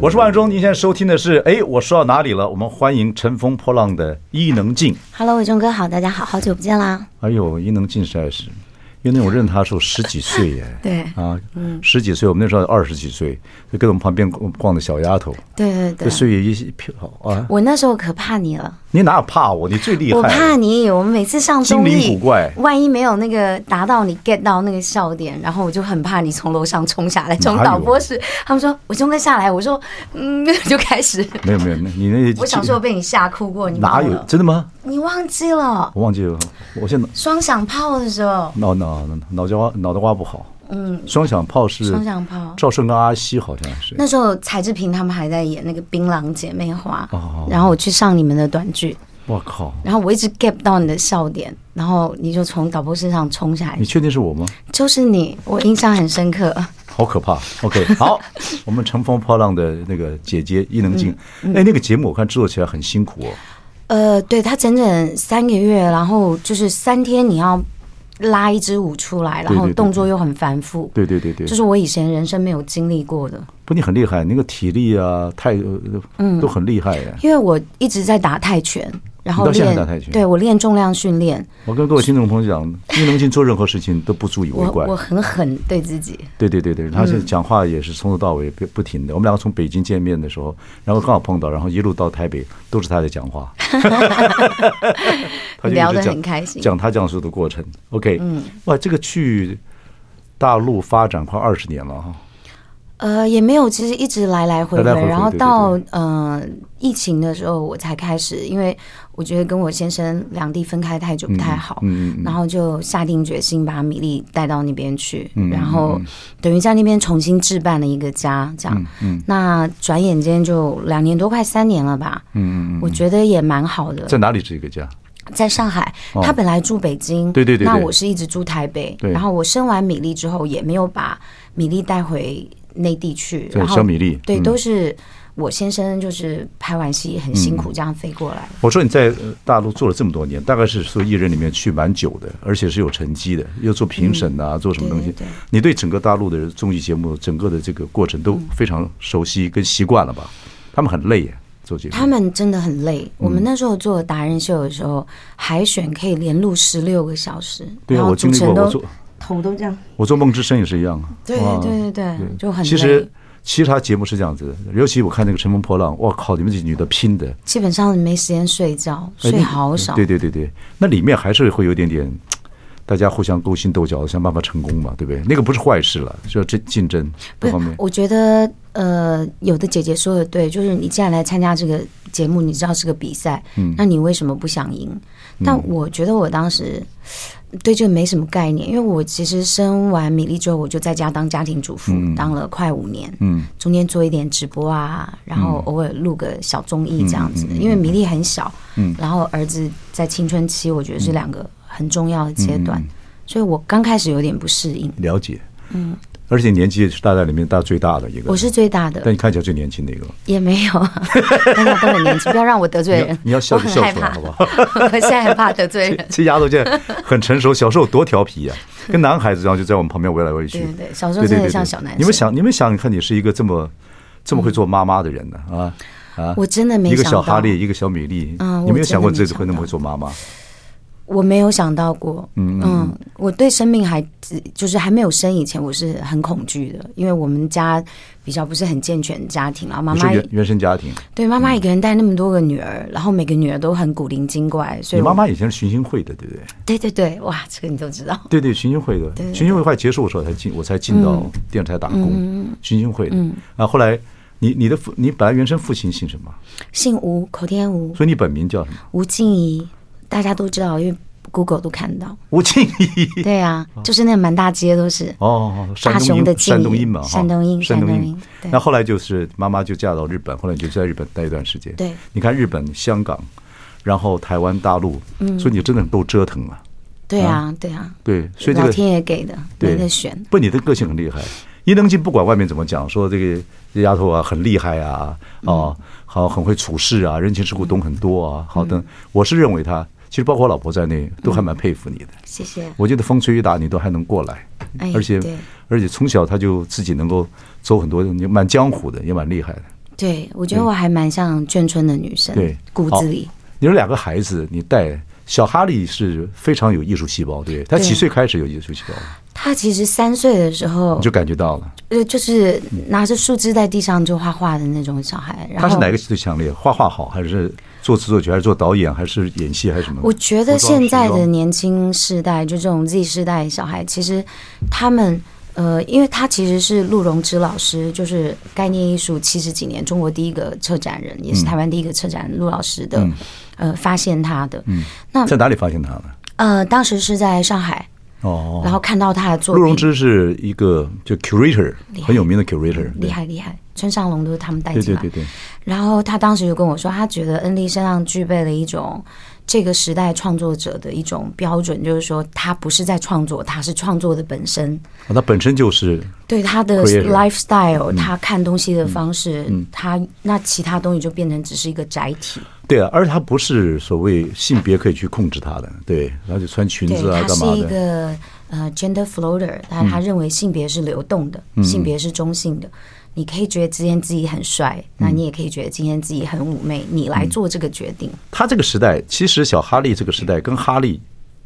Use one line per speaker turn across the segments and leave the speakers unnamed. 我是万忠，您现在收听的是，哎，我说到哪里了？我们欢迎乘风破浪的伊能静。
Hello，伟忠哥好，大家好，好久不见啦。，
哎呦，伊能静实在是，因为那我认他的时候十几岁耶
对
啊，十几岁，我们那时候二十几岁，就跟我们旁边逛的小丫头，
对对
这
对，
岁月一飘啊，
我那时候可怕你了，
你哪怕我？你最厉害，
我怕你，我们每次上综
精灵
艺
古怪，
万一没有那个达到你 get 到那个笑点，然后我就很怕你从楼上冲下来，从
啊
导播室，他们说伟忠哥下来，我说嗯， 就开始，
没有没有，那你那
我小时候被你吓哭过，你
哪
忘
有
了？
真的吗？
你忘记了
我忘记了，我现在
双响炮的时候，
脑脑脑脑瓜脑袋瓜不好。
嗯，
双响炮是
双响炮
赵胜跟阿西好像是。
那时候柴智屏他们还在演那个《槟榔姐妹花
哦》，
然后我去上你们的短剧，
我靠，
然后我一直 get 不到你的笑点，然后你就从导播室上冲下来
你，确定是我吗？
就是你，我印象很深刻。
好可怕。OK，好， 我们乘风破浪的那个姐姐伊能静，
嗯
哎，那个节目我看制作起来很辛苦哦。
呃，对他整整三个月，然后就是三天，你要拉一支舞出来，然
对
后
对对
动作又很繁复，
对对对对，
就是我以前人生没有经历过的，
不，你很厉害，那个体力啊，太嗯都很厉害耶。
因为我一直在打泰拳，然后
你到现在
练
打泰拳
对我练重量训练，
我跟各位听众朋友讲，伊能静做任何事情都不足以为
我
怪。
我很狠对自己，
对对对对，他
嗯
现在讲话也是从头到尾不不停的。我们两个从北京见面的时候，然后刚好碰到，然后一路到台北都是他在讲 话，他就一直
聊得
讲
很开心
讲他讲述的过程。OK，嗯，哇，这个去大陆发展快二十年了哈，
呃，也没有，其实一直来来回回，
来来回回
然后
对对
到呃疫情的时候，我才开始，因为我觉得跟我先生两地分开太久不太好，
嗯嗯
然后就下定决心把米粒带到那边去，
嗯
然后等于在那边重新置办了一个家，这样。
嗯
那转眼间就两年多，快三年了吧。嗯嗯，我觉得也蛮好的，
在哪里是一个家？
在上海，
哦
他本来住北京，
对对对对
那我是一直住台北，
对
然后我生完米粒之后也没有把米粒带回内地去，
对
然后
小米粒
对，
嗯
都是我先生就是拍完戏很辛苦这样飞过来，
我说你在呃大陆做了这么多年，大概是所有艺人里面去蛮久的，而且是有成绩的，又做评审啊，做什么东西
嗯对对对
你对整个大陆的综艺节目整个的这个过程都非常熟悉跟习惯了吧？他们很累耶，做节目。
他们真的很
嗯
累。我们那时候做达人秀的时候，海选可以连录十六个小时，
对
然
啊，
后
我
主
经历
持
过，
人
我
都
做
头都这样，
我做梦之声也是一样啊。
对
哇
对对对，就很累。
其实其他节目是这样子的，尤其我看那个《乘风破浪》，我靠，你们这女的拼的，
基本上没时间睡觉，
哎
睡
那
好少。
对对对对，那里面还是会有一点点，大家互相勾心斗角，想办法成功嘛，对不对？那个不是坏事了，就要竞竞争各
不是
方面，。
我觉得呃，有的姐姐说的对，就是你既然来参加这个节目，你知道是个比赛，
嗯
那你为什么不想赢？但我觉得我当时对这个没什么概念，因为我其实生完米粒之后，我就在家当家庭主妇，当了快五年，
嗯，
中间做一点直播啊，然后偶尔录个小综艺这样
嗯
子，因为米粒很小，嗯，然后儿子在青春期，我觉得是两个很重要的阶
嗯
段，所以我刚开始有点不适应。
了解。嗯，而且年纪也是大概里面大最大的一个，
我是最大的，
但你看起来最年轻的一个。
也没有，啊 大家都很年轻，不要让我得罪人。
你要笑
我
就
很
笑
害
出来，
怕，
好不好？。
我现在很怕得罪 人
这丫头现在很成熟，小时候多调皮 呀、跟男孩子一样就在我们旁边围来围去。
对对对小时候真的
对对对
像小男生
你们想，你们想看你是一个这么这么会做妈妈的人呢、啊啊！
我真的嗯没
一个
想到
小哈利，一个小米粒，
嗯
你没有想过
我真
自
的没
己会那么会做妈妈？
我没有想到过，嗯我对生命还就是还没有生以前，我是很恐惧的，因为我们家比较不是很健全的家庭，然后妈
你说
妈
原嗯原生家庭，
对妈妈一个人带那么多个女儿，然后每个女儿都很古灵精怪，所
你
以我
妈妈以前是群星会的，对不对？
对对对，哇，这个你都知道，
对对，群星会的，群星会快结束的时候才进，我才进
嗯
到电视台打工，群星会的。啊，后来你你的父，你本来原生父亲姓什么？
姓吴，口天吴，
所以你本名叫什么？
吴静怡，大家都知道，因为 Google 都看到。
吴静怡。
对啊，就是那满大街都是。
哦，山
大
东
雄的
音，
静
山东
怡
音嘛，哈
山东音
山
山
东
东
音
音对。
那后来就是妈妈就嫁到日本，后来你就在日本待一段时间。
对
你看日本、香港，然后台湾、大陆，
嗯
所以你真的很够折腾啊。
对啊，对啊，
对，所以这
老
个
天爷给的，
对
没得选。
不，你的个性很厉害。伊能静不管外面怎么讲，说这个这丫头啊很厉害啊，
嗯
哦，好很会处事啊，人情世故懂很多啊，好
嗯
等。我是认为她，其实包括我老婆在内，都还蛮佩服你的。
谢谢。
我觉得风吹雨打你都还能过来
哎，
而且
对
而且从小她就自己能够走很多，你蛮江湖的，也蛮厉害的。
对，我觉得我还蛮像眷村的女生，
对
骨
好
子里。
你有两个孩子，你带小哈利是非常有艺术细胞，对不对，他
对哦
几岁开始有艺术细胞，
她其实三岁的时候
你就，感觉到了。
呃，就是拿着树枝在地上就画画的那种小孩。然
他
后
是哪个最强烈？画画好，还是作词作曲，还是做导演，还是演戏，还是什么？
我觉
服装
得现在
服
的
装
年轻世代，就这种 Z 世代小孩，其实他们呃，因为他其实是陆荣之老师，就是概念艺术七十几年中国第一个策展人，也
嗯
是台湾第一个策展人陆老师的、呃发现他的。
嗯
那
在哪里发现他的？
呃，当时是在上海，
哦，
然后看到他的作
陆
品，
荣之是一个就 curator，
厉害
很有名的 curator，
厉害厉害，村上龙都是他们带
对。
进
对
来
对对对，
然后他当时就跟我说，他觉得恩利身上具备了一种这个时代创作者的一种标准，就是说他不是在创作，他是创作的本身。
哦他本身就是
对他的
Creator 嗯
lifestyle，、他看东西的方式，他那其他东西就变成只是一个载体。
对啊，而他不是所谓性别可以去控制他的，对，然后就穿裙
对
子啊，
他
干
是
嘛
一
的？嗯
个呃 gender floater，但他认为性别是流动的，性别是中性的。你可以觉得今天自己很帅，
嗯
那你也可以觉得今天自己很妩媚，你来做这个决定。
他这个时代，其实小哈利这个时代跟哈利。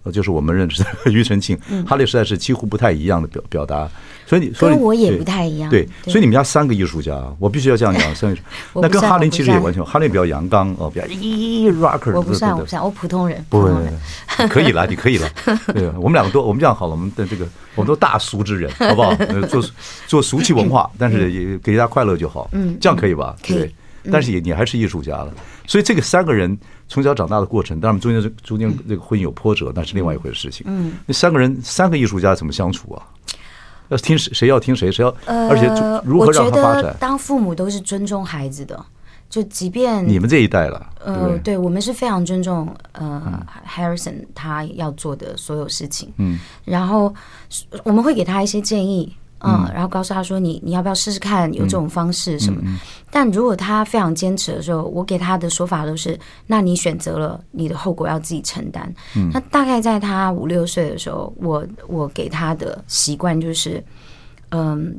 呃就是我们认识的 庾澄庆，
嗯
哈利时代是几乎不太一样的表表达，所以你所以
跟我也
对
不太一样。
对，所以你们家三个艺术家，我必须要这样 讲，三个艺术。
我不
那跟
算
哈
我
林
不
其实也
算
完全，哈林比较阳刚哦，比较咦 rocker。
我不算，我不
对
算，我普通人。
不
普
不
通
不
人，
不， 可以了，你可以了。对，我们两个都，我们这样好了，我们的这个，我们都大俗之 人，好不好？呃做做俗气文化，但是也给大家快乐就好。嗯，这样可以吧？
嗯可以嗯
对。但是也你还是艺术家了，所以这个三个人从小长大的过程，当然中间中间这个婚姻有波折，那是另外一回事情。嗯，那三个人三个艺术家怎么相处啊？要听谁谁要听谁，谁要，而且
呃，
如何让
我
他
觉
发
得
展？
当父母都是尊重孩子的，就即便
你们这一代了，对不
呃，
对？嗯
对我们是非常尊重呃、Harrison 他要做的所有事情，嗯，然后我们会给他一些建议，嗯，然后告诉他说你你要不要试试看有这种方式什么，
嗯
但如果他非常坚持的时候，我给他的说法都是，那你选择了，你的后果要自己承担。
嗯
那大概在他五六岁的时候，我我给他的习惯就是，嗯。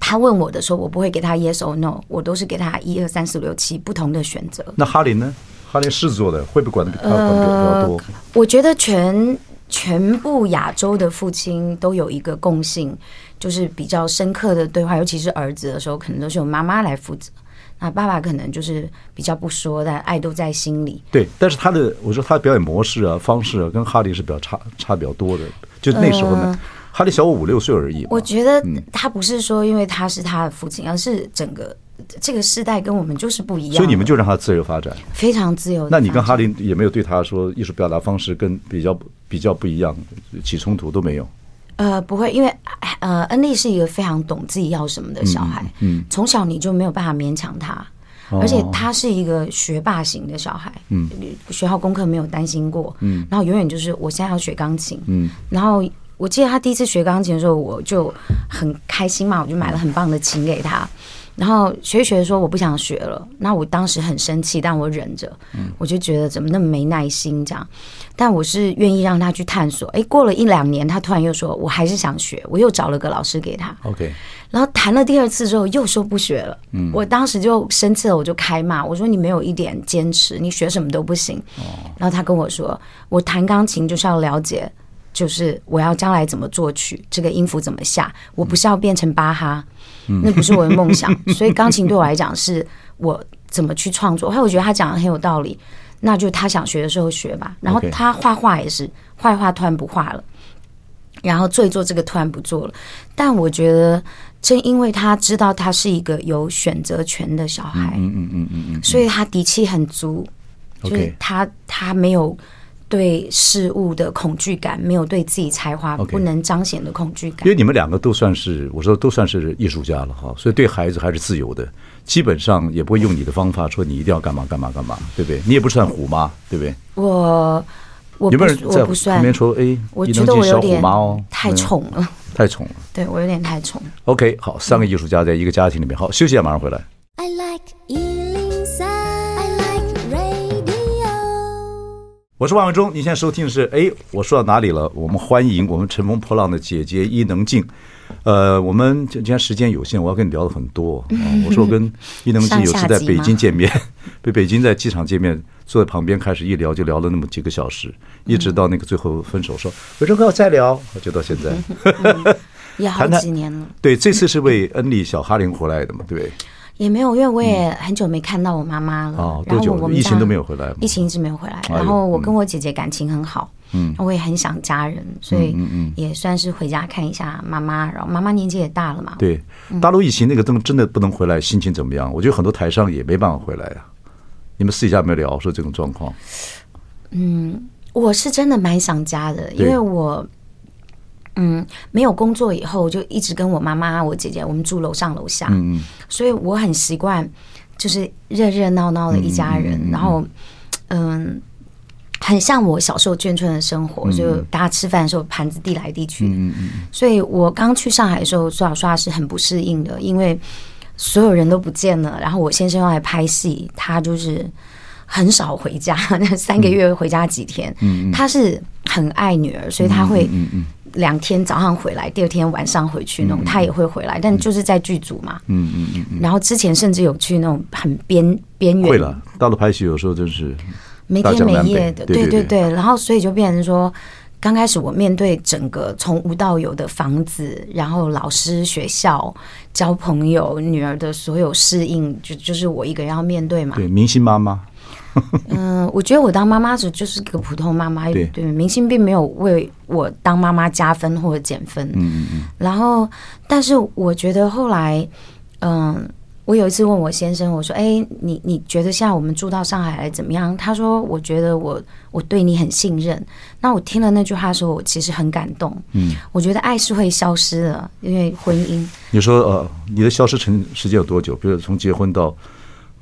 他问我的时候，我不会给他 yes or no，我都是给他一二三四五六七不同的选择。
那哈林呢？哈林狮子座的，会不会管的比他管的比
呃
较多？
我觉得全全部亚洲的父亲都有一个共性，就是比较深刻的对话，尤其是儿子的时候，可能都是由妈妈来负责。那爸爸可能就是比较不说，但爱都在心里。
对，但是他的，我说他的表演模式啊、方式啊，跟哈林是比较差差比较多的。就那时候呢，哈利小我五六岁而已嘛。
嗯我觉得他不是说因为他是他的父亲，而是整个这个世代跟我们就是不一样。
所以你们就让他自由发展。
非常自由的
那
方式。
你跟哈林也没有对他说艺术表达方式跟比较比较不一样，起冲突都没有。
呃，不会，因为呃，恩利是一个非常懂自己要什么的小孩，嗯，从小你就没有办法勉强他，而且他是一个学霸型的小孩，哦嗯，学好功课没有担心过，嗯，然后永远就是我现在要学钢琴，嗯，然后我记得他第一次学钢琴的时候，我就很开心嘛，我就买了很棒的琴给他。然后学一学说我不想学了，那我当时很生气，但我忍着，我就觉得怎么那么没耐心这样。但我是愿意让他去探索。诶，过了一两年，他突然又说，我还是想学，我又找了个老师给他，
OK，
然后谈了第二次之后又说不学了。我当时就生气了，我就开骂，我说你没有一点坚持，你学什么都不行。然后他跟我说，我弹钢琴就是要了解。就是我要将来怎么作曲，这个音符怎么下，我不是要变成巴哈，那不是我的梦想。所以钢琴对我来讲是我怎么去创作。后来我觉得他讲的很有道理，那就他想学的时候学吧。然后
OK
他画画也是，画一画突然不画了，然后做一做这个突然不做了。但我觉得正因为他知道他是一个有选择权的小
嗯
孩，嗯嗯嗯嗯嗯，所以他底气很足，就是
OK
他他没有对事物的恐惧感，没有对自己才华
OK
不能彰显的恐惧感
因。为你们两个都算是，我说都算是艺术家了哈，所以对孩子还是自由的，基本上也不会用你的方法说你一定要干嘛干嘛干嘛，对不对？你也不算虎妈，对不对？
我我
有没
不
有人在
我不
旁
算
边，说，哎，
我
伊
觉
能
得
静
我有
小虎
点
妈哦，
太
嗯，
宠了，
太宠了。
对我有点太宠。
OK，好，三个艺术家在一个家庭里面，好，休息一下，马上回来。
I like Ealing Sound. I like radio.
我是万文忠，您现在收听的是，哎，我说到哪里了？我们欢迎我们乘风破浪的姐姐伊能静。呃，我们今今天时间有限，我要跟你聊的很多、啊。我说我跟伊能静有次在北京见面，被北京在机场见面，坐在旁边开始一聊就聊了那么几个小时，一直到那个最后分手说，文忠哥我再聊，就到现在。
也好
谈谈
几年了，
对，这次是为恩利小哈林回来的嘛，对不对？
也没有，因为我也很久没看到我妈妈了。
嗯哦
然
多
后
久
我
了
我们
疫情
家
都没有回来吗
疫情一直没有回来。
哎呦
然后我跟我姐姐感情很好，
嗯，
我也很想家人，所以也算是回家看一下妈妈。然后妈妈年纪也大了嘛，
对，大陆疫情那个真真的不能回来，心情怎么样？我觉得很多台商也没办法回来呀、你们私底下有没有聊说这种状况？
我是真的蛮想家的，因
对
为我。嗯，没有工作以后，我就一直跟我妈妈、我姐姐，我们住楼上楼下，
嗯嗯。
所以我很习惯，就是热热闹闹的一家
嗯
人，然后，嗯，很像我小时候眷村的生活，就大家吃饭的时候盘子递来递去。嗯嗯所以我刚去上海的时候，刷刷是很不适应的，因为所有人都不见了，然后我先生要来拍戏，他就是很少回家， 那三个月回家几天。嗯他是很爱女儿，所以他会两天早上回来，第二天晚上回去那种，他也会回来，但就是在剧组嘛。嗯嗯嗯。然后之前甚至有去那种很边边
会
缘
了，大陆拍戏有时候真是
没
大
天
江
没
南
夜
北
的，
对对
对
对
然后所以就变成说，刚开始我面对整个从无到有的房子，然后老师、学校、交朋友、女儿的所有适应，就就是我一个人要面对嘛。
对明星妈妈，
嗯、我觉得我当妈妈的时候就是个普通妈妈，
对
明星并没有为我当妈妈加分或者减分。
嗯嗯嗯，
然后，但是我觉得后来，嗯，我有一次问我先生，我说：“哎，你你觉得现在我们住到上海来怎么样？”他说：“我觉得我我对你很信任。”那我听了那句话的时候，我其实很感动。
嗯，
我觉得爱是会消失的，因为婚姻。
你说呃，你的消失成时间有多久？比如从结婚到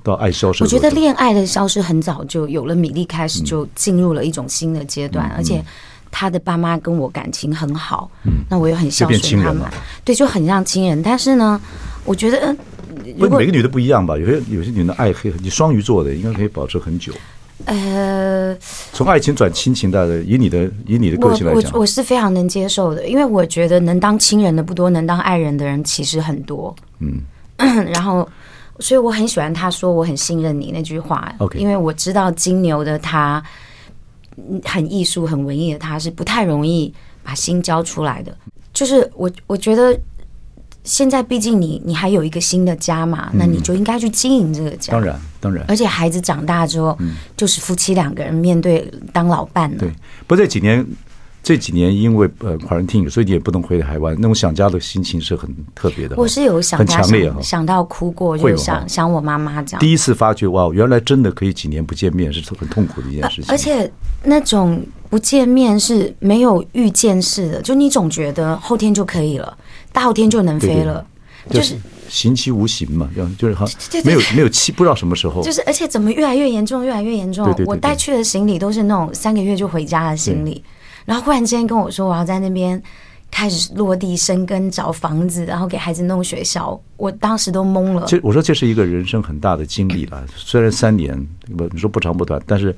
到爱消失
我
有多久，
觉得恋爱的消失很早就有了，米粒开
嗯
始就进入了一种新的阶段，而且他的爸妈跟我感情很好，那我也很啊
嗯
孝
就变亲
顺
人
他们
了，
对，就很像亲人。但是呢，我觉得，呃
不
如
是
果
每个女的不一样吧？有些有些女的爱黑，你双鱼座的应该可以保持很久，
呃，
从爱情转亲情，大概以你的以你的
我
个性来
我
讲，
我是非常能接受的，因为我觉得能当亲人的不多，能当爱人的人其实很多。嗯， 然后，所以我很喜欢他说我很信任你那句话
OK
因为我知道金牛的他嗯很艺术、很文艺的他是不太容易把心交出来的。就是我我觉得现在毕竟你你还有一个新的家嘛，那你就应该去经营这个家。
嗯当然当然。
而且孩子长大之后，就是夫妻两个人面对当老伴了。
对，不过这几年这几年因为呃 quarantine，所以你也不能回台湾，那种想家的心情是很特别的哈。
我是有想
很
他
强烈哈
想想到哭过，
会
就
有
是
哈
想想我妈妈这样。
第一次发觉哇，原来真的可以几年不见面是很痛苦的一件事情。
而且那种不见面是没有预见式的，就你总觉得后天就可以了，大后天就能
对
飞
对
了，
就是行其无形嘛，要就是好像
对对对
没有没有期，不知道什么时候。
就是而且怎么越来越严重，越来越严重。
对对对
我带去的行李都是那种三个月就回家的行李，然后忽然之间跟我说我要在那边开始落地生根、找房子，然后给孩子弄学校，我当时都懵了。
这我说这是一个人生很大的经历 了，虽然三年，不你说不长不短，但是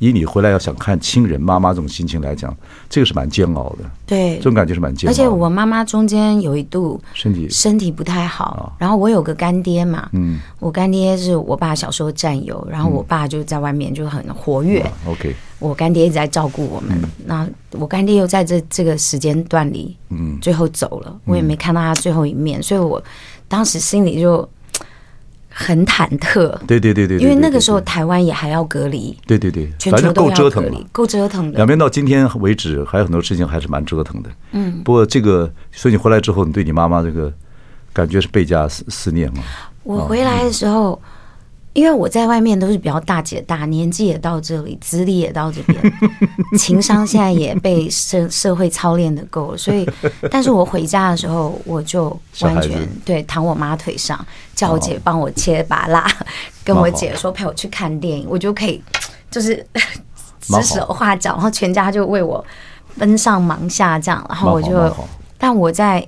以你回来要想看亲人妈妈这种心情来讲，这个是蛮煎熬的，
对
这，种感觉是蛮煎
而
熬的。
且我妈妈中间有一度
身体
身体不太好，然后我有个干爹嘛，啊嗯，我干爹是我爸小时候战友，然后我爸就在外面就很活跃，
嗯哇嗯 OK，
我干爹一直在照顾我们，那、我干爹又在这这个时间段里，嗯，最后走了，我也
嗯
没看到他最后一面，所以我当时心里就很忐忑，
对对对对，对
因为那
对
个时候
对
台湾也还要隔离，
对对对，
全
反
球
正
都
够
要
折
隔
腾了
离。，够折腾的
两，边到今天为止，还有很多事情还是蛮折腾的。嗯，不过这个，所以你回来之后，你对你妈妈这个感觉是倍加思思念嘛？
我回来的时候，因为我在外面都是比较大姐大，年纪也到这里，资历也到这边， 情商现在也被社社会操练的够了，所 以，但是我回家的时候，我就
小
完
孩
全
子哦
对躺我妈腿上，叫我姐帮我切把辣，跟我姐说陪我去看电影，我就可以就是
蛮好
指手画脚，然后全家就为我奔上忙下这样，然后我
蛮好蛮
就
好，
但我在。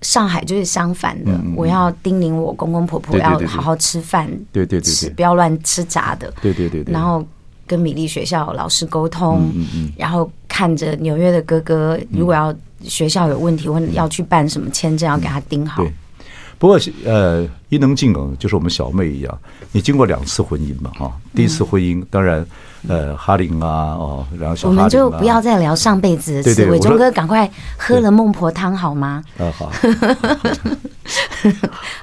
上海就是相反的，
嗯嗯嗯
我要叮咛我公公婆婆
对对
要
对对
好好吃饭，
对对对
吃
对
不要乱吃炸的。
对对对对，
然后跟米粒学校老师沟通，
嗯嗯嗯，
然后看着纽约的哥哥，如果要学校有问题或者要去办什么签证，要给他盯好
对。不过呃，伊能静啊，就是我们小妹一样，你经过两次婚姻嘛哈，
嗯
第一次婚姻当然呃哈林啊哦，然后小
我
哈林啊，
们就不要再聊上辈子的
对
事，
对
伟
我
忠
说
哥赶 快喝了孟婆汤好吗？
啊好。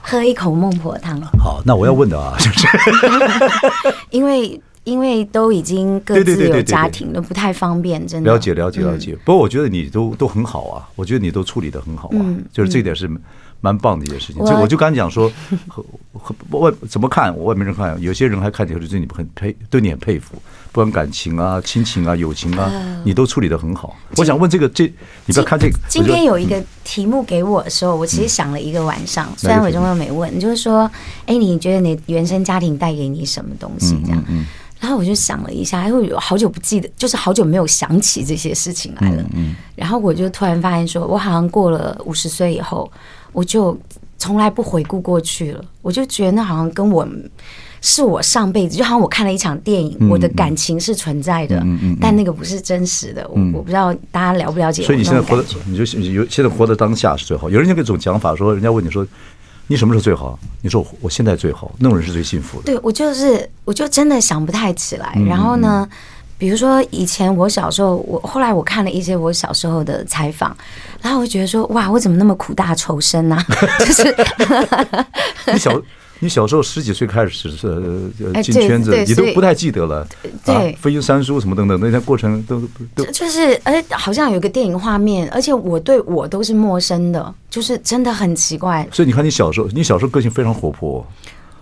喝一口孟婆汤，
好，那我要问的 啊， 就是
因为因为都已经各
对对对
自
对
有
对
家
对
庭了，不太方便，真的。
了解了
嗯
解了解。不过我觉得你都都很好啊，我觉得你都处理的很好啊，就是这一点是蛮棒的一件事情。
嗯我
所以我就刚才讲说， 和和外怎么看，我外面人看，有些人还看起来就对你很佩，对你很佩服，不管感情啊、亲情啊、友情啊，
嗯
你都处理的很好。我想问这个，这你不要看这个，
今
我觉得
天有一个题目给我的时候，我其实想了一个晚上，虽
哪
然
个
伟
题
忠
目
又没问，就是说，哎，你觉得你原生家庭带给你什么东西？这样，
嗯
然后我就想了一下，哎，我有好久不记得，就是好久没有想起这些事情来了。
嗯
然后我就突然发现说，我好像过了五十岁以后，我就从来不回顾过去了，我就觉得那好像跟我。是我上辈子，就好像我看了一场电
嗯
影，我的感情是存在的，但那个不是真实的。我我不知道大家了不了解
嗯
我
所以
那
你现
种感
在
觉。
活的，你就有现在活在当下是最好。有人就有一种讲法说，人家问你说。你什么时候最好？你说我我现在最好，那种人是最幸福的。
对我就是，我就真的想不太起来。
嗯
然后呢，比如说以前我小时候，我后来我看了一些我小时候的采访，然后我就觉得说，哇，我怎么那么苦大仇深啊？ 就是
你小你小时候十几岁开始是呃呃
哎
进
对
圈子
对，
你都
所以
不太记得了。
对
啊、飞鹰三叔什么等等，那些过程都都都
就是，而好像有一个电影画面，而且我对我都是陌生的，就是真的很奇怪。
所以你看，你小时候，你小时候个性非常活泼，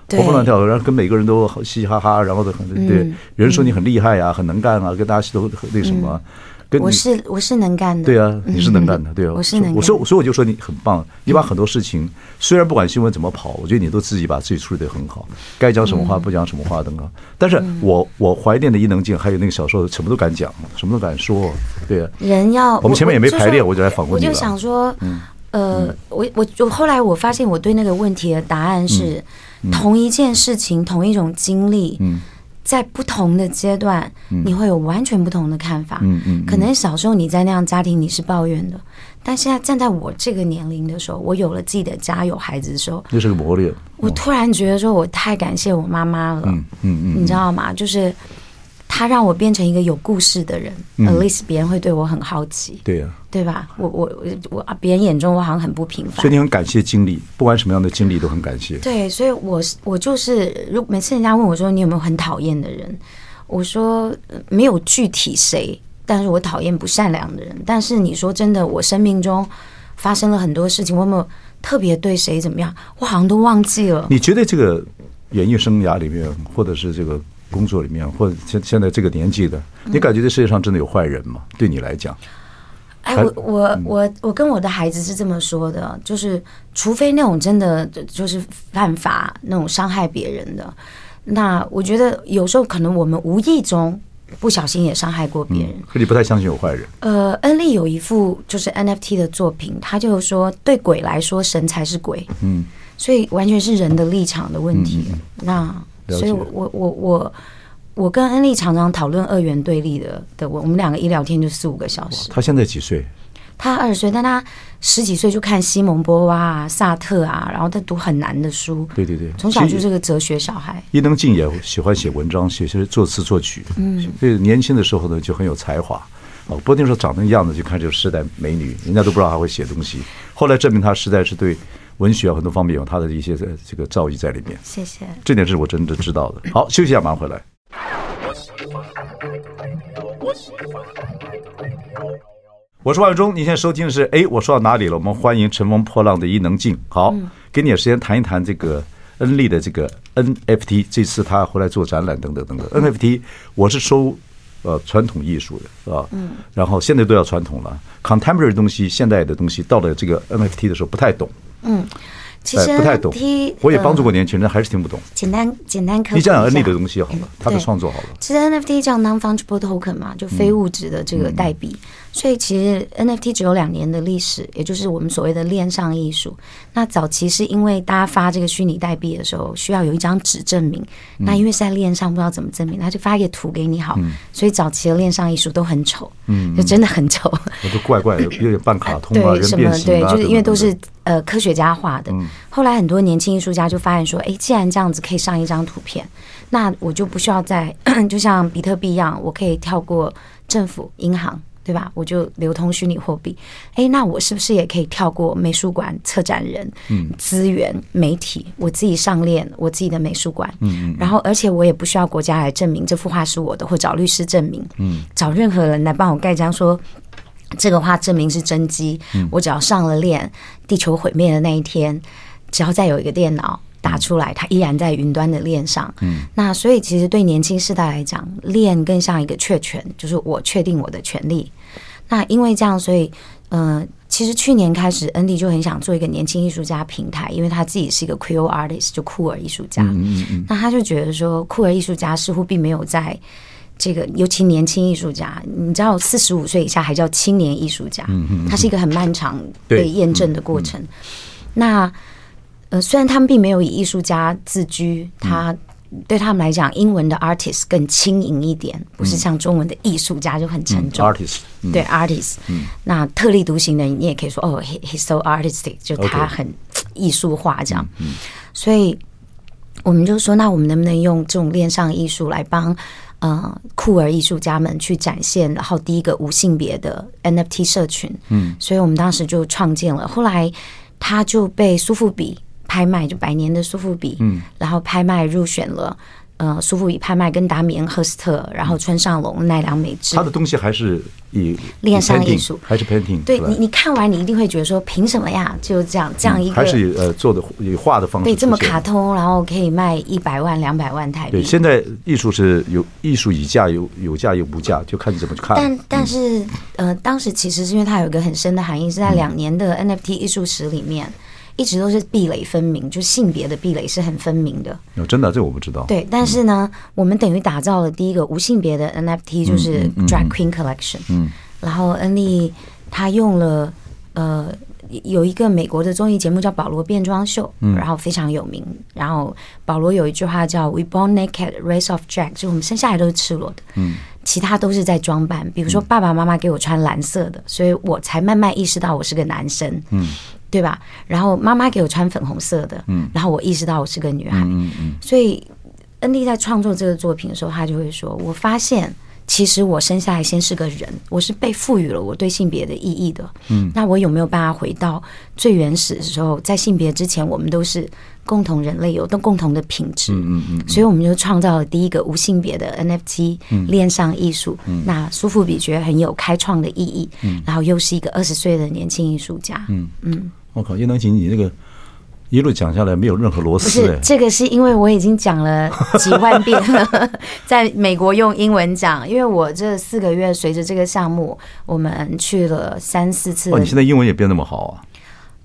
对嗯
活泼乱跳，然后跟每个人都嘻嘻哈哈，然后都很对，有人说你很厉害啊，很能干啊，跟大家都很那什么啊，跟
嗯我
你
是我是能干的。嗯
对啊，你是能干的，对啊。
我是能干的
我说，所以我就说你很棒，你把很多事情，虽然不管新闻怎么跑，我觉得你都自己把自己处理得很好，该讲什么
嗯
话不讲什么话等等。但是我我怀念的伊能静，还有那个小时候什么都敢讲，什么都敢说，对啊。
人要
我们前面也没
就
排
说
列我就来访问你
我就
了嗯
想说，呃，我我我后来我发现我对那个问题的答案是，
嗯
同一件事情，同一种经历，在不同的阶段，你会有完全不同的看法。
嗯嗯嗯
可能小时候你在那样家庭你是抱怨的，但现在站在我这个年龄的时候，我有了自己的家，有孩子的时候，
那是个磨练，
我突然觉得说我太感谢我妈妈了。
嗯嗯
你知道吗？就是他让我变成一个有故事的人、a
嗯
t least 别人会对我很好奇，
对啊呀、
对吧？我我我我，别人眼中我好像很不平
所以
凡。
你很感谢经历，不管什么样的经历都很感谢。
对，所以我是我就是，如每次人家问我说你有没有很讨厌的人，我说呃没有具体谁，但是我讨厌不善良的人。但是你说真的，我生命中发生了很多事情，我有没有特别对谁怎么样？我好像都忘记了。
你觉得这个演艺生涯里面，或者是这个工作里面，或者现现在这个年纪的，
嗯
你感觉这世界上真的有坏人吗？对你来讲，
哎，
还嗯
我我我我跟我的孩子是这么说的，就是除非那种真的就就是犯法那种伤害别人的，那我觉得有时候可能我们无意中不小心也伤害过别人。
可嗯你不太相信有坏人。
呃，恩利有一幅就是 NFT 的作品，他就说对鬼来说，神才是鬼，
嗯，
所以完全是人的立场的问题。那
了解
所以我，我我我我跟恩利常常讨论二元对立的的，我我们两个一聊天就四五个小时。
他现在几岁？
他二十岁，但他十几岁就看西蒙波娃啊、萨特啊，然后他读很难的书，
对对对，
从小就
其实
是个哲学小孩。
伊能静也喜欢写文章，写些作词作曲。嗯，所以年轻的时候呢，就很有才华。哦，不过那时候长那样子，就看这个时代美女，人家都不知道她会写东西。后来证明她实在是对文学啊很多方面有她的一些呃这个造诣在里面。
谢谢。
这点是我真的知道的。好，休息一下，马上回来。我是万永忠，您现在收听的
嗯
是哎，我说到哪里了？我们欢迎乘风破浪的伊能静。好，给你点时间谈一谈这个恩利的这个 NFT，这次他回来做展览等等等等。NFT 我是收呃传统艺术的啊，
嗯
然后现在都要传统了，contemporary 东西、现代的东西到了这个 NFT 的时候不太懂，
其
哎
实，
不太懂
NFT，。
我也帮助
呃
过年轻人，还是听不懂。
简单简单科普
你讲讲
一
恩
下
利的东西好了，他的
嗯对
创作好了。
其实 NFT 叫 non-fungible token 嘛，就非物质的这个代币，所以其实 NFT 只有两年的历史，也就是我们所谓的链上艺术。那早期是因为大家发这个虚拟代币的时候，需要有一张纸证明，那因为是在链上不知道怎么证明，他就发一个图给你好，所以早期的链上艺术都很丑，就真的很丑。
我都怪 怪的，有点半卡通啊，
对，
人
什么
变形
对，
啊，
就是因为
等等嗯
都是
等等
呃科学家画的。后来很多年轻艺术家就发现说，诶，既然这样子可以上一张图片，那我就不需要再 就像比特币一样，我可以跳过政府、银行。对吧？我就流通虚拟货币，诶，那我是不是也可以跳过美术馆、策展人、
嗯
资源、媒体，我自己上链我自己的美术馆，
嗯
然后而且我也不需要国家来证明这幅画是我的，或找律师证明，
嗯
找任何人来帮我盖章说这个话证明是真机。我只要上了链，地球毁灭的那一天，只要再有一个电脑打出来，它依然在云端的链上。嗯，那所以其实对年轻世代来讲，链更像一个确权，就是我确定我的权利。那因为这样，所以呃，其实去年开始，恩迪就很想做一个年轻艺术家平台，因为他自己是一个 queer artist，就酷儿艺术家。那他就觉得说，酷儿艺术家似乎并没有在这个，尤其年轻艺术家，你知道，四十五岁以下还叫青年艺术家，它是一个很漫长
对
被验证的过程。那呃，虽然他们并没有以艺术家自居，他对他们来讲，英文的 artist 更轻盈一点，不是像中文的艺术家就很沉重。
artist，嗯
对 artist，、那特立独行的人，你也可以说哦，he he's so artistic，就
OK 嗯
他很艺术化这样。所以我们就说，那我们能不能用这种恋上艺术来帮呃酷儿艺术家们去展现？然后第一个无性别的 NFT 社群，嗯，所以我们当时就创建了，后来他就被苏富比拍卖，就百年的苏富比，嗯，然后拍卖入选了。呃，苏富比拍卖跟达米恩·赫斯特，然后村上隆、奈良美智，
嗯他的东西还是以
恋上
painting，
艺术
还是 painting，
对
吧
你，你看完你一定会觉得说，凭什么呀？就这样，这样一
还是
个
以呃做的以画的方式
被这么
出现
卡通，然后可以卖一百万、两百万台
对，
币。
现在艺术是有艺术以价有有价有无价，就看你怎么去看。
但但是，呃，当时其实是因为它有一个很深的含义，是
嗯
在两年的 NFT 艺术史里面，一直都是壁垒分明，就性别的壁垒是很分明的。
哦真的，这我不知道。
对，但是呢，我们等于打造了第一个无性别的 NFT，就是 Drag Queen Collection。嗯，然后恩利他用了呃有一个美国的综艺节目叫《保罗变装秀》，然后非常有名。然后保罗有一句话叫 “We born naked, race of drag”，就我们生下来都是赤裸的。嗯。其他都是在装扮，比如说爸爸妈妈给我穿蓝色的，所以我才慢慢意识到我是个男生。嗯，对吧？然后妈妈给我穿粉红色的，嗯，然后我意识到我是个女孩，嗯嗯，所以恩利在创作这个作品的时候，他就会说：“我发现，其实我生下来先是个人，我是被赋予了我对性别的意义的。嗯，那我有没有办法回到最原始的时候？在性别之前，我们都是共同人类，有都共同的品质。嗯嗯嗯所以我们就创造了第一个无性别的 NFT 恋上艺术。那苏富比觉得很有开创的意义。然后又是一个二十岁的年轻艺术家。嗯，
我哦靠，叶能琴，你这个一路讲下来没有任何螺
不
丝
是
哎，
这个，是因为我已经讲 了几万遍了， 在美国用英文讲，因为我这四个月随着这个项目，我们去了三四次
哦，
的，
你现在英文也变那么好啊？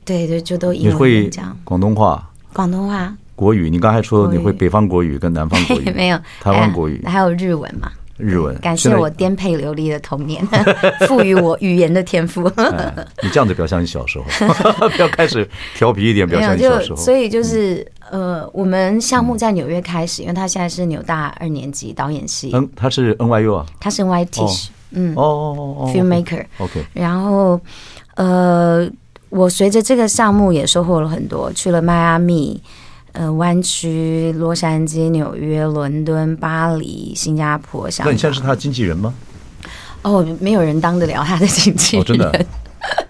对对，就都
你
英
会
文讲
广东话、
广东话，
国语？你刚才说
国
你
语
会北方国语跟南方国语，
没有
台湾国语
哎、还有日文嘛。
日文。
嗯感
现
谢
在
我颠沛流离的 童年，赋予我语言的天赋。
哎， 你这样子比较像你小时候， 不要开始调皮一点，比较
没有
像你小时
就
候。嗯
所以就是呃，我们项目在纽约开始，因为他现在是纽大二年级导演系，
嗯，他是 NYU 啊，
他是 Y Teach，嗯
哦哦哦哦
，filmmaker。
OK，
然后，呃，我随着这个项目也收获了很多，去了迈阿密、呃，湾区、洛杉矶、纽约、伦敦、巴黎、新加坡、香
那
港
你。现在是他的经纪人 吗？
哦，没有人当得了他的经纪人，嗯
哦，真的。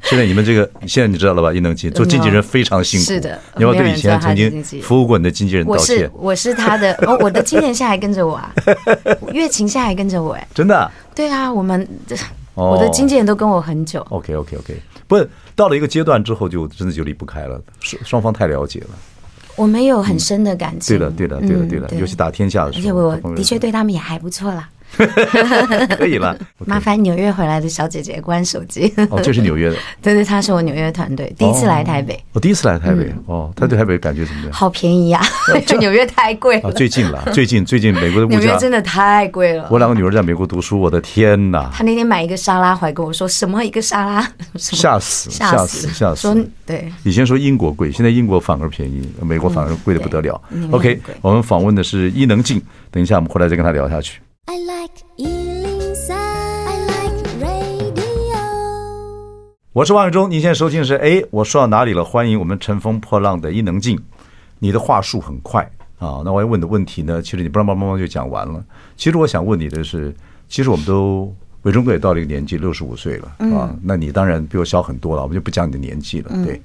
现在你们这个，现在你知道了吧？伊能静做经纪人非常辛苦，
是的
你要
没
对
有人
以前
知道
曾
他是
经
经纪人
服务过你的经纪人道
我是
歉，
我是他 的哦，我的经纪人现在还跟着我啊，月琴现在还跟着我哎，
真的啊。
对啊，我们、
哦
我的经纪人都跟我很久，
OK OK OK，不，到了一个阶段之后，就真的就离不开了，双双方太了解了。
我们有很深的感情。
对
嗯
的，对的，对的，对的，尤其打天下的时
而
候，
且我
这方面
的确对他们也还不错啦。
可以了。OK
麻烦纽约回来的小姐姐关手机。
哦，这是纽约的，
对对，她是我纽约团
哦
队第一次来台北，
我第一次来台
嗯
北哦，他对台北感觉怎么样？
好便宜 呀、纽约太贵
啊，
了，
最 近了，最近最近美国的
嗯纽
物
约
价，
真的太贵了。
我两个女儿在美国读书，我的天哪，
她那天买一个沙拉回来跟我说什么一个沙拉， 什么
吓死
吓
吓
死
死吓死！
说对，
以前说英国贵，现在英国反而便宜，美国反而贵的不得了。
嗯对美
OK，
国很贵
我们访问的是伊能静，等一下我们回来再跟她聊下去。
I like Ealing Sound. I like radio.
我是王伟忠，您现在收听的是哎，我说到哪里了？欢迎我们乘风破浪的伊能静。你的话术很快啊，那我要问的问题呢，其实你不让帮帮忙就讲完了。其实我想问你的是，其实我们都伟忠哥也到了一个年纪，六十五岁了啊，
嗯
那你当然比我小很多了，我们就不讲你的年纪了。对，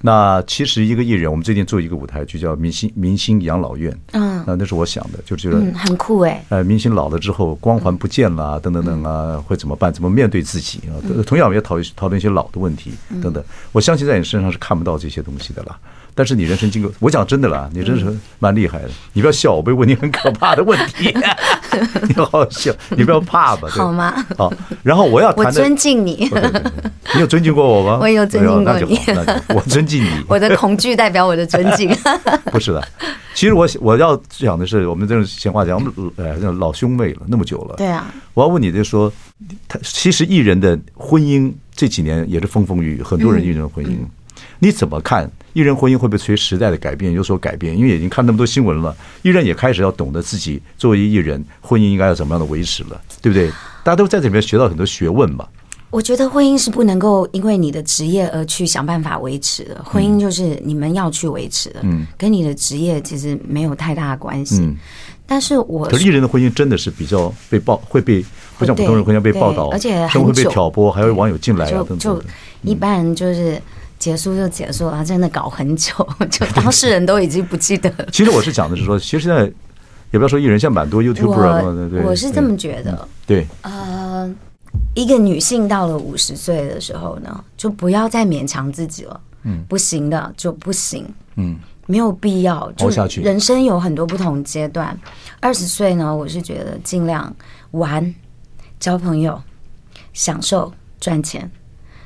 那其实一个艺人，我们最近做一个舞台剧叫《明星明星养老院》，
嗯
那那是我想的，就觉得
嗯，很酷哎、
呃，明星老了之后光环不见
嗯
了啊，等等等啊，会怎么办？怎么面对自己啊？同样我们也讨论讨论一些老的问题等等。我相信在你身上是看不到这些东西的啦。但是你人生经过，我讲真的啦，
嗯
你真是蛮厉害的。你不要笑，我会问你很可怕的问 题，你好好笑，你不要怕吧？对
好吗？
好，然后我要
我
谈的，
尊敬你，
对对对对你有尊敬过我吗？
我也有尊敬
没
过你
那就好，那就好我尊敬你。
我的恐惧代表我的尊 敬。
不是的，其实我我要讲的是，我们这种闲话讲，我们呃这种老兄妹了，那么久了。
对啊，
我要问你，就是说，他其实艺人的婚姻这几年也是风风雨雨，很多人艺人婚
嗯
姻，你怎么看？艺人婚姻会不会随时代的改变有所改变？因为已经看那么多新闻了，艺人也开始要懂得自己作为艺人婚姻应该要怎么样的维持了，对不对？大家都在这里面学到很多学问嘛。
我觉得婚姻是不能够因为你的职业而去想办法维持的，婚姻就是你们要去维持的，
嗯，
跟你的职业其实没有太大的关系。
嗯
但是我
可是艺人的婚姻真的是比较被报，会被不像普通人婚姻被报道，
呃对而且很
甚至会被
久
挑拨，还有网友进来啊
就
等等
就。一般人就是结束就结束啊了，真的搞很久， 就当事人都已经不记得了。
其实我是讲的是说，其实现在也不要说艺人，现在蛮多 YouTuber 啊
我
对
我是这么觉得，
对。
呃，一个女性到了五十岁的时候呢，就不要再勉强自己了，嗯，不行的就不行，
嗯，
没有必要，就
熬下去
人生有很多不同阶段，二十岁呢，我是觉得尽量玩、交朋友、享受、赚钱。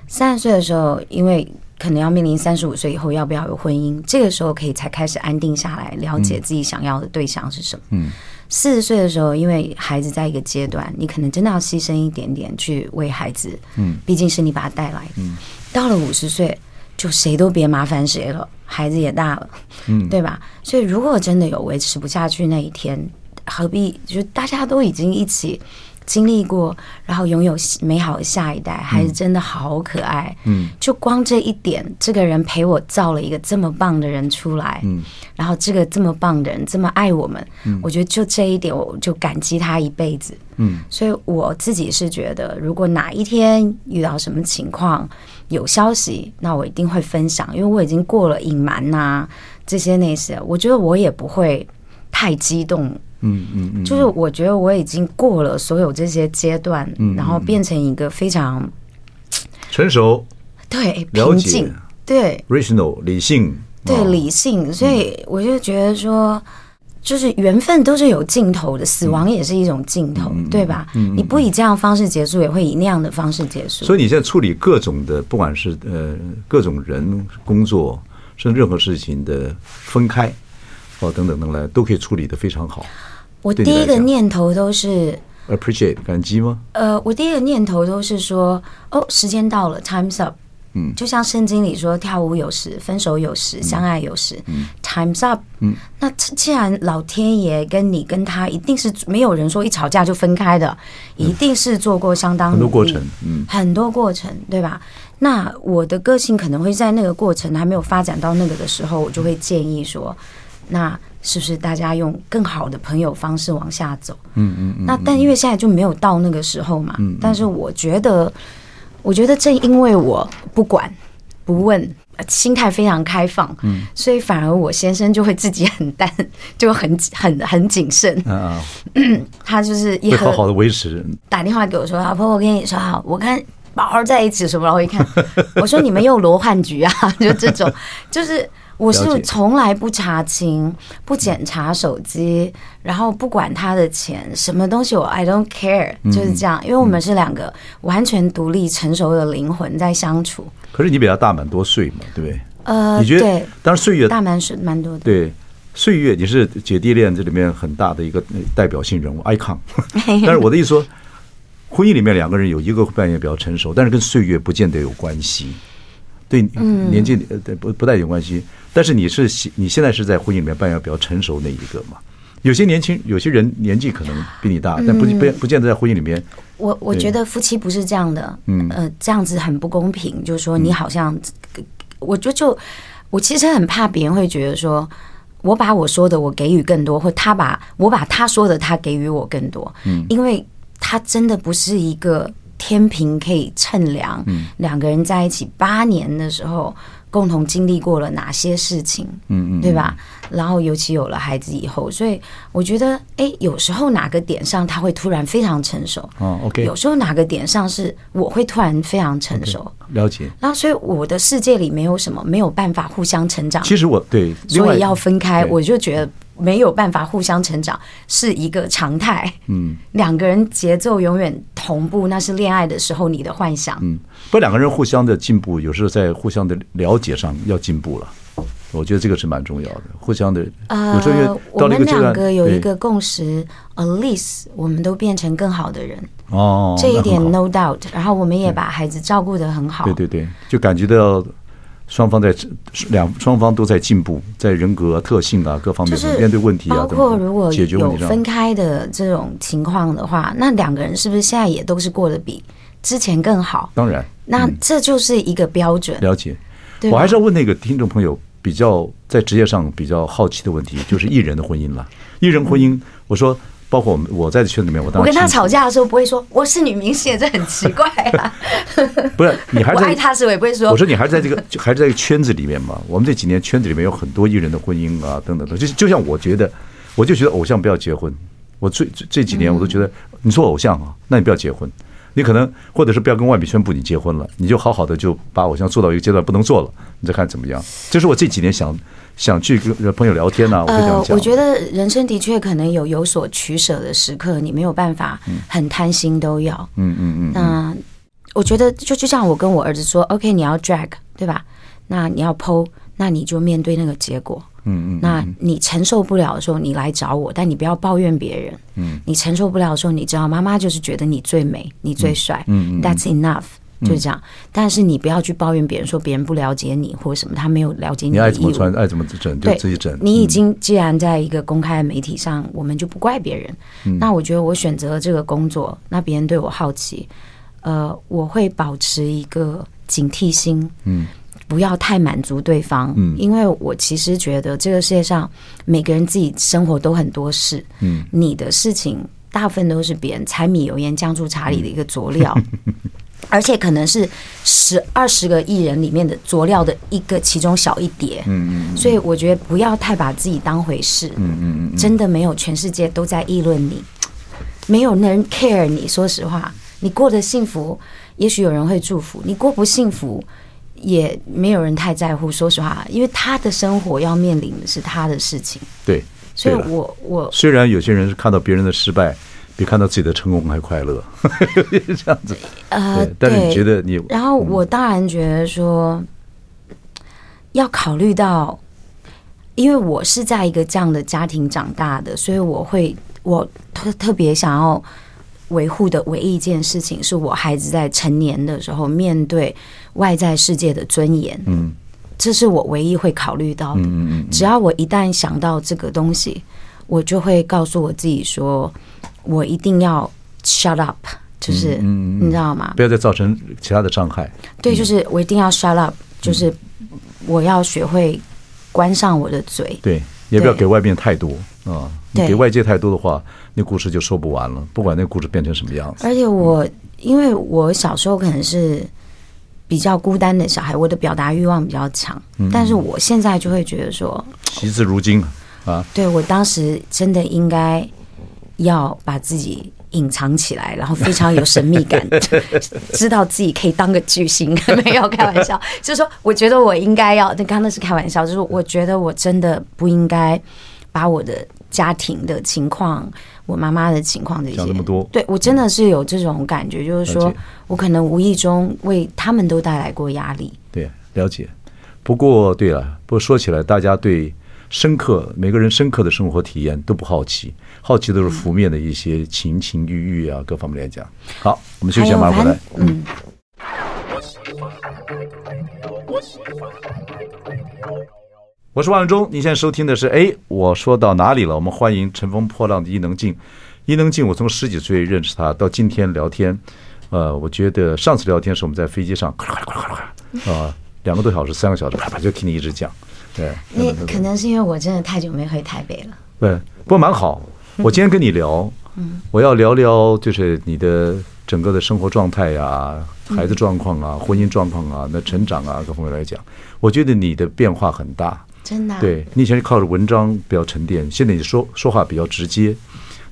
三十岁的时候，因为可能要面临三十五岁以后要不要有婚姻，这个时候可以才开始安定下来，了解自己想要的对象是什么。
嗯，
四十岁的时候，因为孩子在一个阶段，你可能真的要牺牲一点点去为孩子，
嗯，
毕竟是你把他带来的。嗯，到了五十岁，就谁都别麻烦谁了，孩子也大了，
嗯
对吧？所以如果真的有维持不下去那一天，何必？就是大家都已经一起经历过，然后拥有美好的下一代，孩子真的好可爱。
嗯，
就光这一点，这个人陪我造了一个这么棒的人出来，
嗯，
然后这个这么棒的人这么爱我们，我觉得就这一点，我就感激他一辈子。
嗯，
所以我自己是觉得，如果哪一天遇到什么情况有消息，那我一定会分享，因为我已经过了隐瞒呐、这些那些，我觉得我也不会太激动。
嗯嗯嗯，
就是我觉得我已经过了所有这些阶段，
嗯
然后变成一个非常
成熟、
对
了
平
解
静，对
rational、理性，
对
哦嗯
理性，所以我就觉得说，就是缘分都是有尽头的，死
嗯
亡也是一种尽头，对吧？你不以这样的方式结束，也会以那样的方式结束。
所以你现在处理各种的，不管是呃各种人、工作，甚至任何事情的分开，哦等等等来，都可以处理的非常好。
我
对
第
你
一
来
个
讲
念头都是，
Appreciate 感激吗？
呃，我第一个念头都是说，哦，时间到了，time's up。
嗯
就像圣经里说，跳舞有时，分手有时，相爱有时、t i m e s up。
嗯
那既既然老天爷跟你跟他一定是没有人说一吵架就分开的，一定是做过相
嗯
当
很多
努
过
力
程嗯
很多过程，对吧？那我的个性可能会在那个过程还没有发展到那个的时候，我就会建议说，那是不是大家用更好的朋友方式往下走？
嗯嗯嗯，
那但因为现在就没有到那个时候嘛。但是我觉得，我觉得正因为我不管不问，呃心态非常开放，
嗯
所以反而我先生就会自己很淡，就很很很谨慎。
啊啊，
他就是一
会
喝
好好的维持。
打电话给我说：“老婆，我跟你说哈，我跟 宝儿在一起什么？”然后我一看，我说：“你们又罗汉局啊？”就这种，就是我
了
是
解
从来不查清，不检查手机，然后不管他的钱，什么东西我 I don't care，就是
嗯
这样。因为我们是两个完全独立、成熟的灵魂在相处。
可是你比他大蛮多岁嘛，对不对？
呃，
你觉
对
得，？当然岁月
大蛮是蛮多的，
对岁月，你是姐弟恋这里面很大的一个呃代表性人物 icon。但是我的意思说，婚姻里面两个人有一个扮演比较成熟，但是跟岁月不见得有关系，对
嗯
年纪呃对不不太有关系。但是你是喜你现在是在婚姻里面扮演比较成熟那一个嘛？有些年轻有些人年纪可能比你大，
嗯
但不不不见得在婚姻里面。
我我
对
觉得夫妻不是这样的，
嗯
呃，这样子很不公平。就是说，你好像，我就就我其实很怕别人会觉得说。我把我说的我给予更多，或他把我把他说的他给予我更多，嗯，因为他真的不是一个天平可以称量，两个人在一起八年的时候共同经历过了哪些事情，嗯嗯，对吧？然后尤其有了孩子以后，所以我觉得，哎，有时候哪个点上他会突然非常成熟，
哦，OK
有时候哪个点上是我会突然非常成熟。
了解。
然后，所以我的世界里没有什么没有办法互相成长，
其实我对，另
所
外
以要分开。
对
我就觉得没有办法互相成长是一个常态。嗯，两个人节奏永远同步，那是恋爱的时候你的幻想。
嗯，不，两个人互相的进步，有时候在互相的了解上要进步了。我觉得这个是蛮重要的，互相的，有时候因
呃
为，
我
到了一个
们
阶
两
段，
个有一
对
个共识，at least 我们都变成更好的人，
哦，
这
那
一
很
点
好
no doubt。然后我们也把孩子照顾得很好。
对对对，就感觉到双方在两双方都在进步，在人格特性啊各方
就
面
是
面对问题啊
包
等
括如
等，
果
解决问
有
题上
分开的这种情况的话，那两个人是不是现在也都是过得比之前更好？
当然
那这就是一个标准，
嗯了解。
对吧
我还是要问那个听众朋友比较在职业上比较好奇的问题，就是艺人的婚姻了。艺人婚姻，我说包括我们我在圈子里面，我当
嗯我跟他
清楚
吵架的时候不会说我是女明星，这很奇怪啊。
不是你 还
我
在
爱他时我也不会说
我说你还是在这个 就还是在这个圈子里面嘛？我们这几年圈子里面有很多艺人的婚姻啊，等等的。就就像我觉得，我就觉得偶像不要结婚。我最最这几年我都
嗯
觉得，你做偶像啊，那你不要结婚，你可能或者是不要跟外面宣布你结婚了，你就好好的就把偶像做到一个阶段不能做了，你再看怎么样。这是我这几年想想去跟朋友聊天呐、我就这样
呃，
讲。
我觉得人生的确可能有有所取舍的时刻，你没有办法很贪心都要。
嗯嗯嗯，
那我觉得就就像我跟我儿子说，OK，你要 drag 对吧？那你要 PO，那你就面对那个结果。嗯嗯，那你承受不了的时候，你来找我，但你不要抱怨别人。嗯，你承受不了的时候，你知道妈妈就是觉得你最美，你最帅。嗯 t h a t s enough，就是
嗯
这样。但是你不要去抱怨别人，说别人不了解你或者什么，他没有了解你
你
的
爱
义
怎么
务。
穿爱怎么整就
对，
自己整。
你已
嗯
经既然在一个公开的媒体上，我们就不怪别人。
嗯
那我觉得我选择了这个工作，那别人对我好奇，呃，我会保持一个警惕心，嗯，不要太满足对方，嗯，因为我其实觉得这个世界上每个人自己生活都很多事，嗯，你的事情大部分都是别人柴米油盐酱醋茶里的一个佐 料。而且可能是十二十个艺人里面的佐料的一个其中小一碟，嗯嗯，所以我觉得不要太把自己当回事，嗯嗯嗯，真的没有全世界都在议论你，没有人 care 你。说实话，你过得幸福，也许有人会祝福；你过不幸福，也没有人太在乎。说实话，因为他的生活要面临的是他的事情，
对，
所以
对了
我我
虽然有些人是看到别人的失败，比看到自己的成功还快乐，这样子。
呃
对，，但是你觉得你嗯
然后我当然觉得说，要考虑到，因为我是在一个这样的家庭长大的，所以我会我特特别想要维护的唯一一件事情，是我孩子在成年的时候面对外在世界的尊严。嗯，这是我唯一会考虑到的。嗯嗯只要我一旦想到这个东西，我就会告诉我自己说，我一定要 shut up。就是，
嗯
你知道吗？
不要再造成其他的伤害。
对，就是我一定要 shut up，就是我要学会关上我的嘴。
对，也不要
对
给外面太多啊。你
对
给外界太多的话，那故事就说不完了。不管那故事变成什么样子，
而且我因为我小时候可能是比较孤单的小孩，我的表达欲望比较强，但是我现在就会觉得说，
惜字如金啊。
对我当时真的应该要把自己隐藏起来，然后非常有神秘 感，知道自己可以当个巨星。 没有开玩笑，就是说，我觉得我应该要，那刚刚那是开玩笑，就是我觉得我真的不应该把我的家庭的情况、我妈妈的情况这些
讲那么多
对我真的是有这种感觉，就是
了
说
解
我可能无意中为他们都带来过压力。
对，了解。不过，对了，不过说起来，大家对深刻每个人深刻的生活体验都不好奇，好奇都
嗯
是负面的一些情情欲欲啊，各方面来讲。好，我们休息一下，马上回来。
还有嗯。
我是万永忠，你现在收听的是哎，我说到哪里了？我们欢迎乘风破浪的伊能静。伊能静，我从十几岁认识她，到今天聊天，呃，我觉得上次聊天是我们在飞机上，咔啦咔啦咔啦咔啦啊，两个多小时、三个小时，啪啪就听你一直讲，对，
那可能是因为我真的太久没回台北了。
对，不过蛮好。我今天跟你聊，我要聊聊就是你的整个的生活状态呀、孩子状况啊、婚姻状况啊、那成长啊各方面来讲，我觉得你的变化很大。
真的啊、
对你以前是靠着文章比较沉淀，现在你说说话比较直接，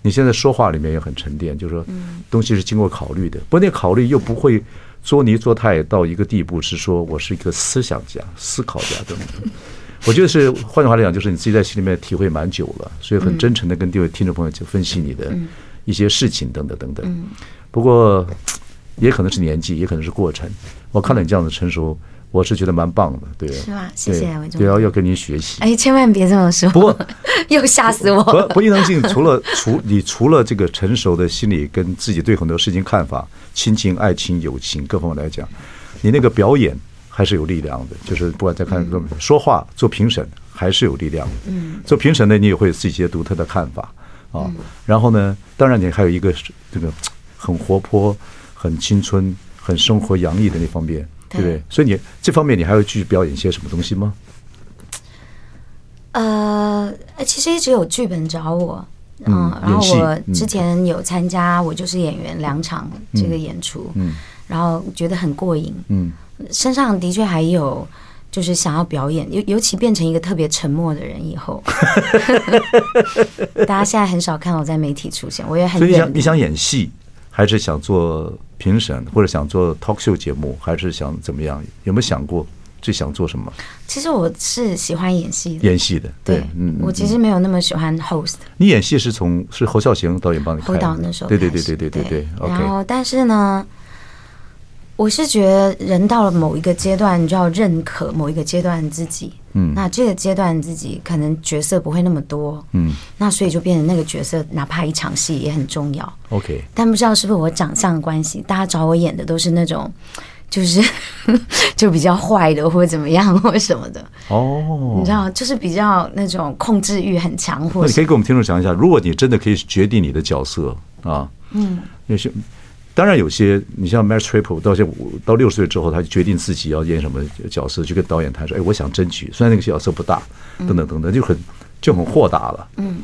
你现在说话里面也很沉淀，就是说
嗯
东西是经过考虑的，不过那考虑又不会作泥作态到一个地步，是说我是一个思想家、思考家等等。我觉得是，换句话来讲，就是你自己在心里面体会蛮久了，所以很真诚的跟这位听众朋友去分析你的一些事情等等等
嗯
等。不过，也可能是年纪，也可能是过程。我看到你这样的成熟，我是觉得蛮棒的，对。
是吧谢谢
对
伟忠
对啊，要跟您学习。
哎，千万别这么说，
不过
又吓死我
不
了。
不，伊能静除了 除你除了这个成熟的心理跟自己对很多事情看法、亲情、爱情、友情各方面来讲，你那个表演还是有力量的。就是不管在看
嗯
说话、做评审，还是有力量的。嗯，做评审呢，你也会有自己一些独特的看法啊。
嗯
然后呢，当然你还有一个是这个很活泼、很青春、很生活洋溢的那方面，对不对
对？
所以你这方面你还会继续表演一些什么东西吗？
呃，其实一直有剧本找我，
嗯
然
演
后
戏
我
嗯
之前有参加《我就是演员》两场这个演出，
嗯
然后觉得很过瘾，
嗯，
身上的确还有。就是想要表演，尤尤其变成一个特别沉默的人以后， 大家现在很少看到我在媒体出现，我也很
所以你
远
想
离
你想演戏，还是想做评审，或者想做 talk show 节目，还是想怎么样？有没有想过最想做什么？
其实我是喜欢演戏的，
演戏的，
对
嗯，
我
嗯
其实没有那么喜欢 host，
你演戏是从是侯孝贤导演帮你开
侯
的，
导那时候
对对
开
对
始
对对对对
然
，OK，
后，但是呢，我是觉得人到了某一个阶段，你就要认可某一个阶段自己。
嗯
那这个阶段自己可能角色不会那么多，
嗯
那所以就变成那个角色，哪怕一场戏也很重要。
，OK，
但不知道是不是我长相的关系，大家找我演的都是那种，就是 就比较坏的，或者怎么样，或什么的，
哦
你知，道，就是比较那种控制欲很强，
那
或
你可
者
以给我们听众讲一下，如果你真的可以决定你的角色啊，嗯，有些。当然，有些你像 Max Triple 到现在我到六十岁之后，他就决定自己要演什么角色，就跟导演谈说：“哎，我想争取，虽然那个角色不大，等
嗯
等等等，就很就很豁达了。”嗯，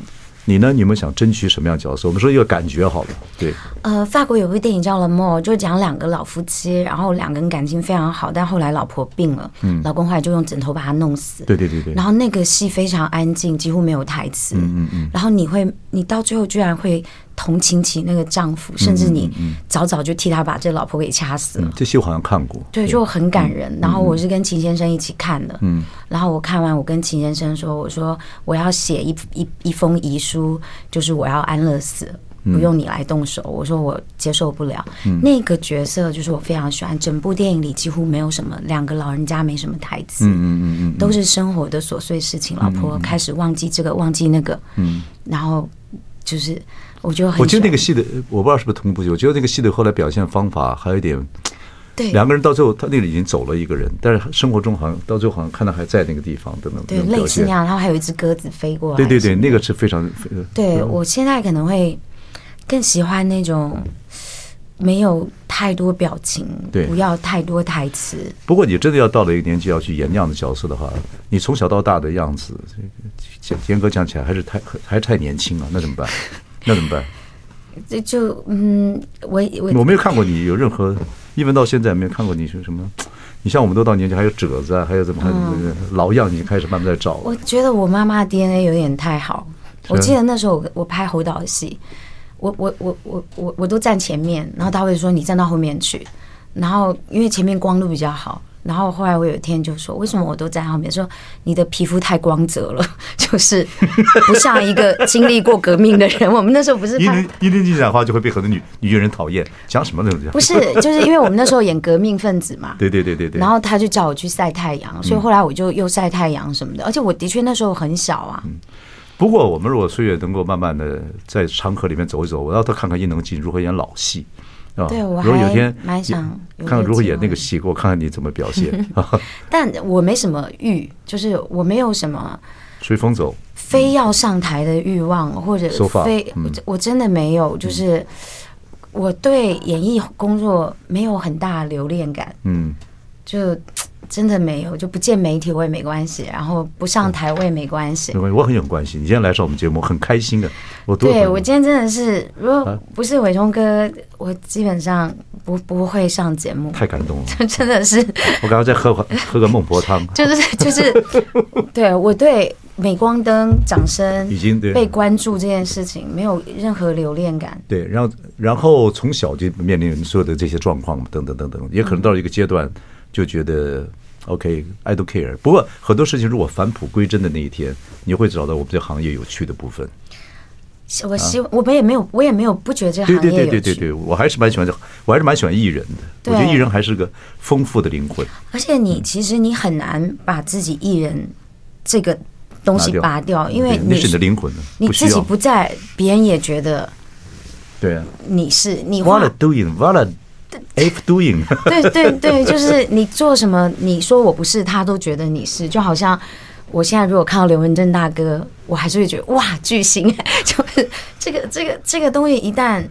你呢？你有没有想争取什么样的角色？我们说一个感觉好了，对，
呃，法国有部电影叫《冷漠》，就讲两个老夫妻，然后两个人感情非常好，但后来老婆病了，老公后来就用枕头把她弄死。
嗯对对对对
然后那个戏非常安静，几乎没有台词。嗯嗯嗯。然后你会，你到最后居然会同情起那个丈夫，甚至你早早就替他把这老婆给掐死了。
嗯这戏我好像看过。
对，就很感
嗯
人。然后我是跟秦先生一起看的，嗯，然后我看完，我跟秦先生说，我说我要写一一一封遗书，就是我要安乐死，
嗯
不用你来动手。我说我接受不了、那个角色，就是我非常喜欢。整部电影里几乎没有什么两个老人家没什么台词，
嗯嗯嗯嗯嗯，
都是生活的琐碎事情。老婆开始忘记这个，忘记那个，嗯，然后就是我就很喜欢，
我觉得那个戏的，我不知道是不是同步剧，我觉得那个戏的后来表现方法还有一点
对
两个人到最后，他那里已经走了一个人，但是生活中好像到最后好像看到还在那个地方，等等，
对
那种
类
表
似
现
那。样，然后还有一只鸽子飞过来，
对对对，那个是非常非
对
嗯
我现在可能会更喜欢那种没有太多表情，
对
不要太多台词。
不过你真的要到了一个年纪要去演那样的角色的话，你从小到大的样子，这个严格讲起来还是太还是太年轻了，那怎么办？那怎么办？
这就嗯，我
我
我
没有看过你有任何，一文到现在没有看过你是什么。你像我们都到年纪，还有褶子啊，还有怎么还有老样，已经开始慢慢在找了。
我觉得我妈妈的 DNA 有点太好。
是
我记得那时候我我拍侯导的戏，我我我我我我都站前面，然后他会说你站到后面去，然后因为前面光路比较好，然后后来我有一天就说为什么我都站后面？说你的皮肤太光泽了， 就是不像一个经历过革命的人。我们那时候不是
一
拍
听一听进讲话就会被很多女女艺人讨厌，讲什么那种讲
不，是，就是因为我们那时候演革命分子嘛，
对对对对对，
然后他就叫我去晒太阳，所以后来我就又晒太阳什么的。而且我的确那时候很小啊，
不过，我们如果岁月能够慢慢的在长河里面走一走，我要他看看叶能静如何演老戏，啊，
对我
如果有一
还
天
蛮
也
想有
看看
这个
如何
机
演那个
会
戏，给我看看你怎么表 现啊，
但我没什么欲，就是我没有什么
随风走，
非要上台的欲望，或者
So far，
非
嗯
我真的没有，就是我对演艺工作没有很大的留恋感，
嗯，
就真的没有，就不见媒体我也没关系，然后不上台我也没关系
没。关系，我很有关系。你今天来上我们节目，很开心的，我多
对
会
我今天真的是，如果不是伟忠
啊
哥，我基本上不不会上节目，
太感动了，
真的是，
我刚刚在喝喝个孟婆 汤，
就是就是， 对我对镁光灯、掌声
已经对
被关注这件事情没有任何留恋感。
对，然后然后从小就面临所有的这些状况，等等等等，也可能到一个阶段就觉得 OK，I、don't care。不过很多事情如果返璞归真的那一天，你会找到我们这行业有趣的部分。
我希望、我们也没有，我也没有不觉得这
啊对
行
对
业
对
有
对对
趣。
对，我还是蛮喜欢这，我还是蛮喜欢艺人的。我觉得
对
艺人还是个丰富的灵魂。
而且你其实你很难把自己艺人这个东西拔掉，因为
对那
你
是你的灵魂呢，
你
不
自
需
己
要。
不在，别人也觉得
对啊
你是你画
，What a doing, what a if doing 。
对对对，就是你做什么，你说我不是，他都觉得你是，就好像。我现在如果看到刘文正大哥，我还是会觉得哇，巨星！ 就是这个这个这个东西，一旦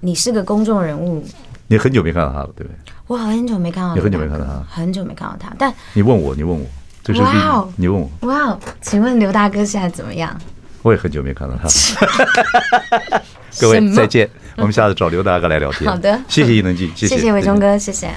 你是个公众人物，
你很久没看到他了，对不对？
我很久没看到
你很久没
大哥
看到他
很久没看到他。但
你问我，你问我，这是第
哇哦
一，你问我，
哇哦，请问刘大哥现在怎么样？
我也很久没看到他。各位
什么
再见，我们下次找刘大哥来聊天。
嗯好的
谢谢伊能静，
谢
谢
伟忠
再见
哥，谢谢。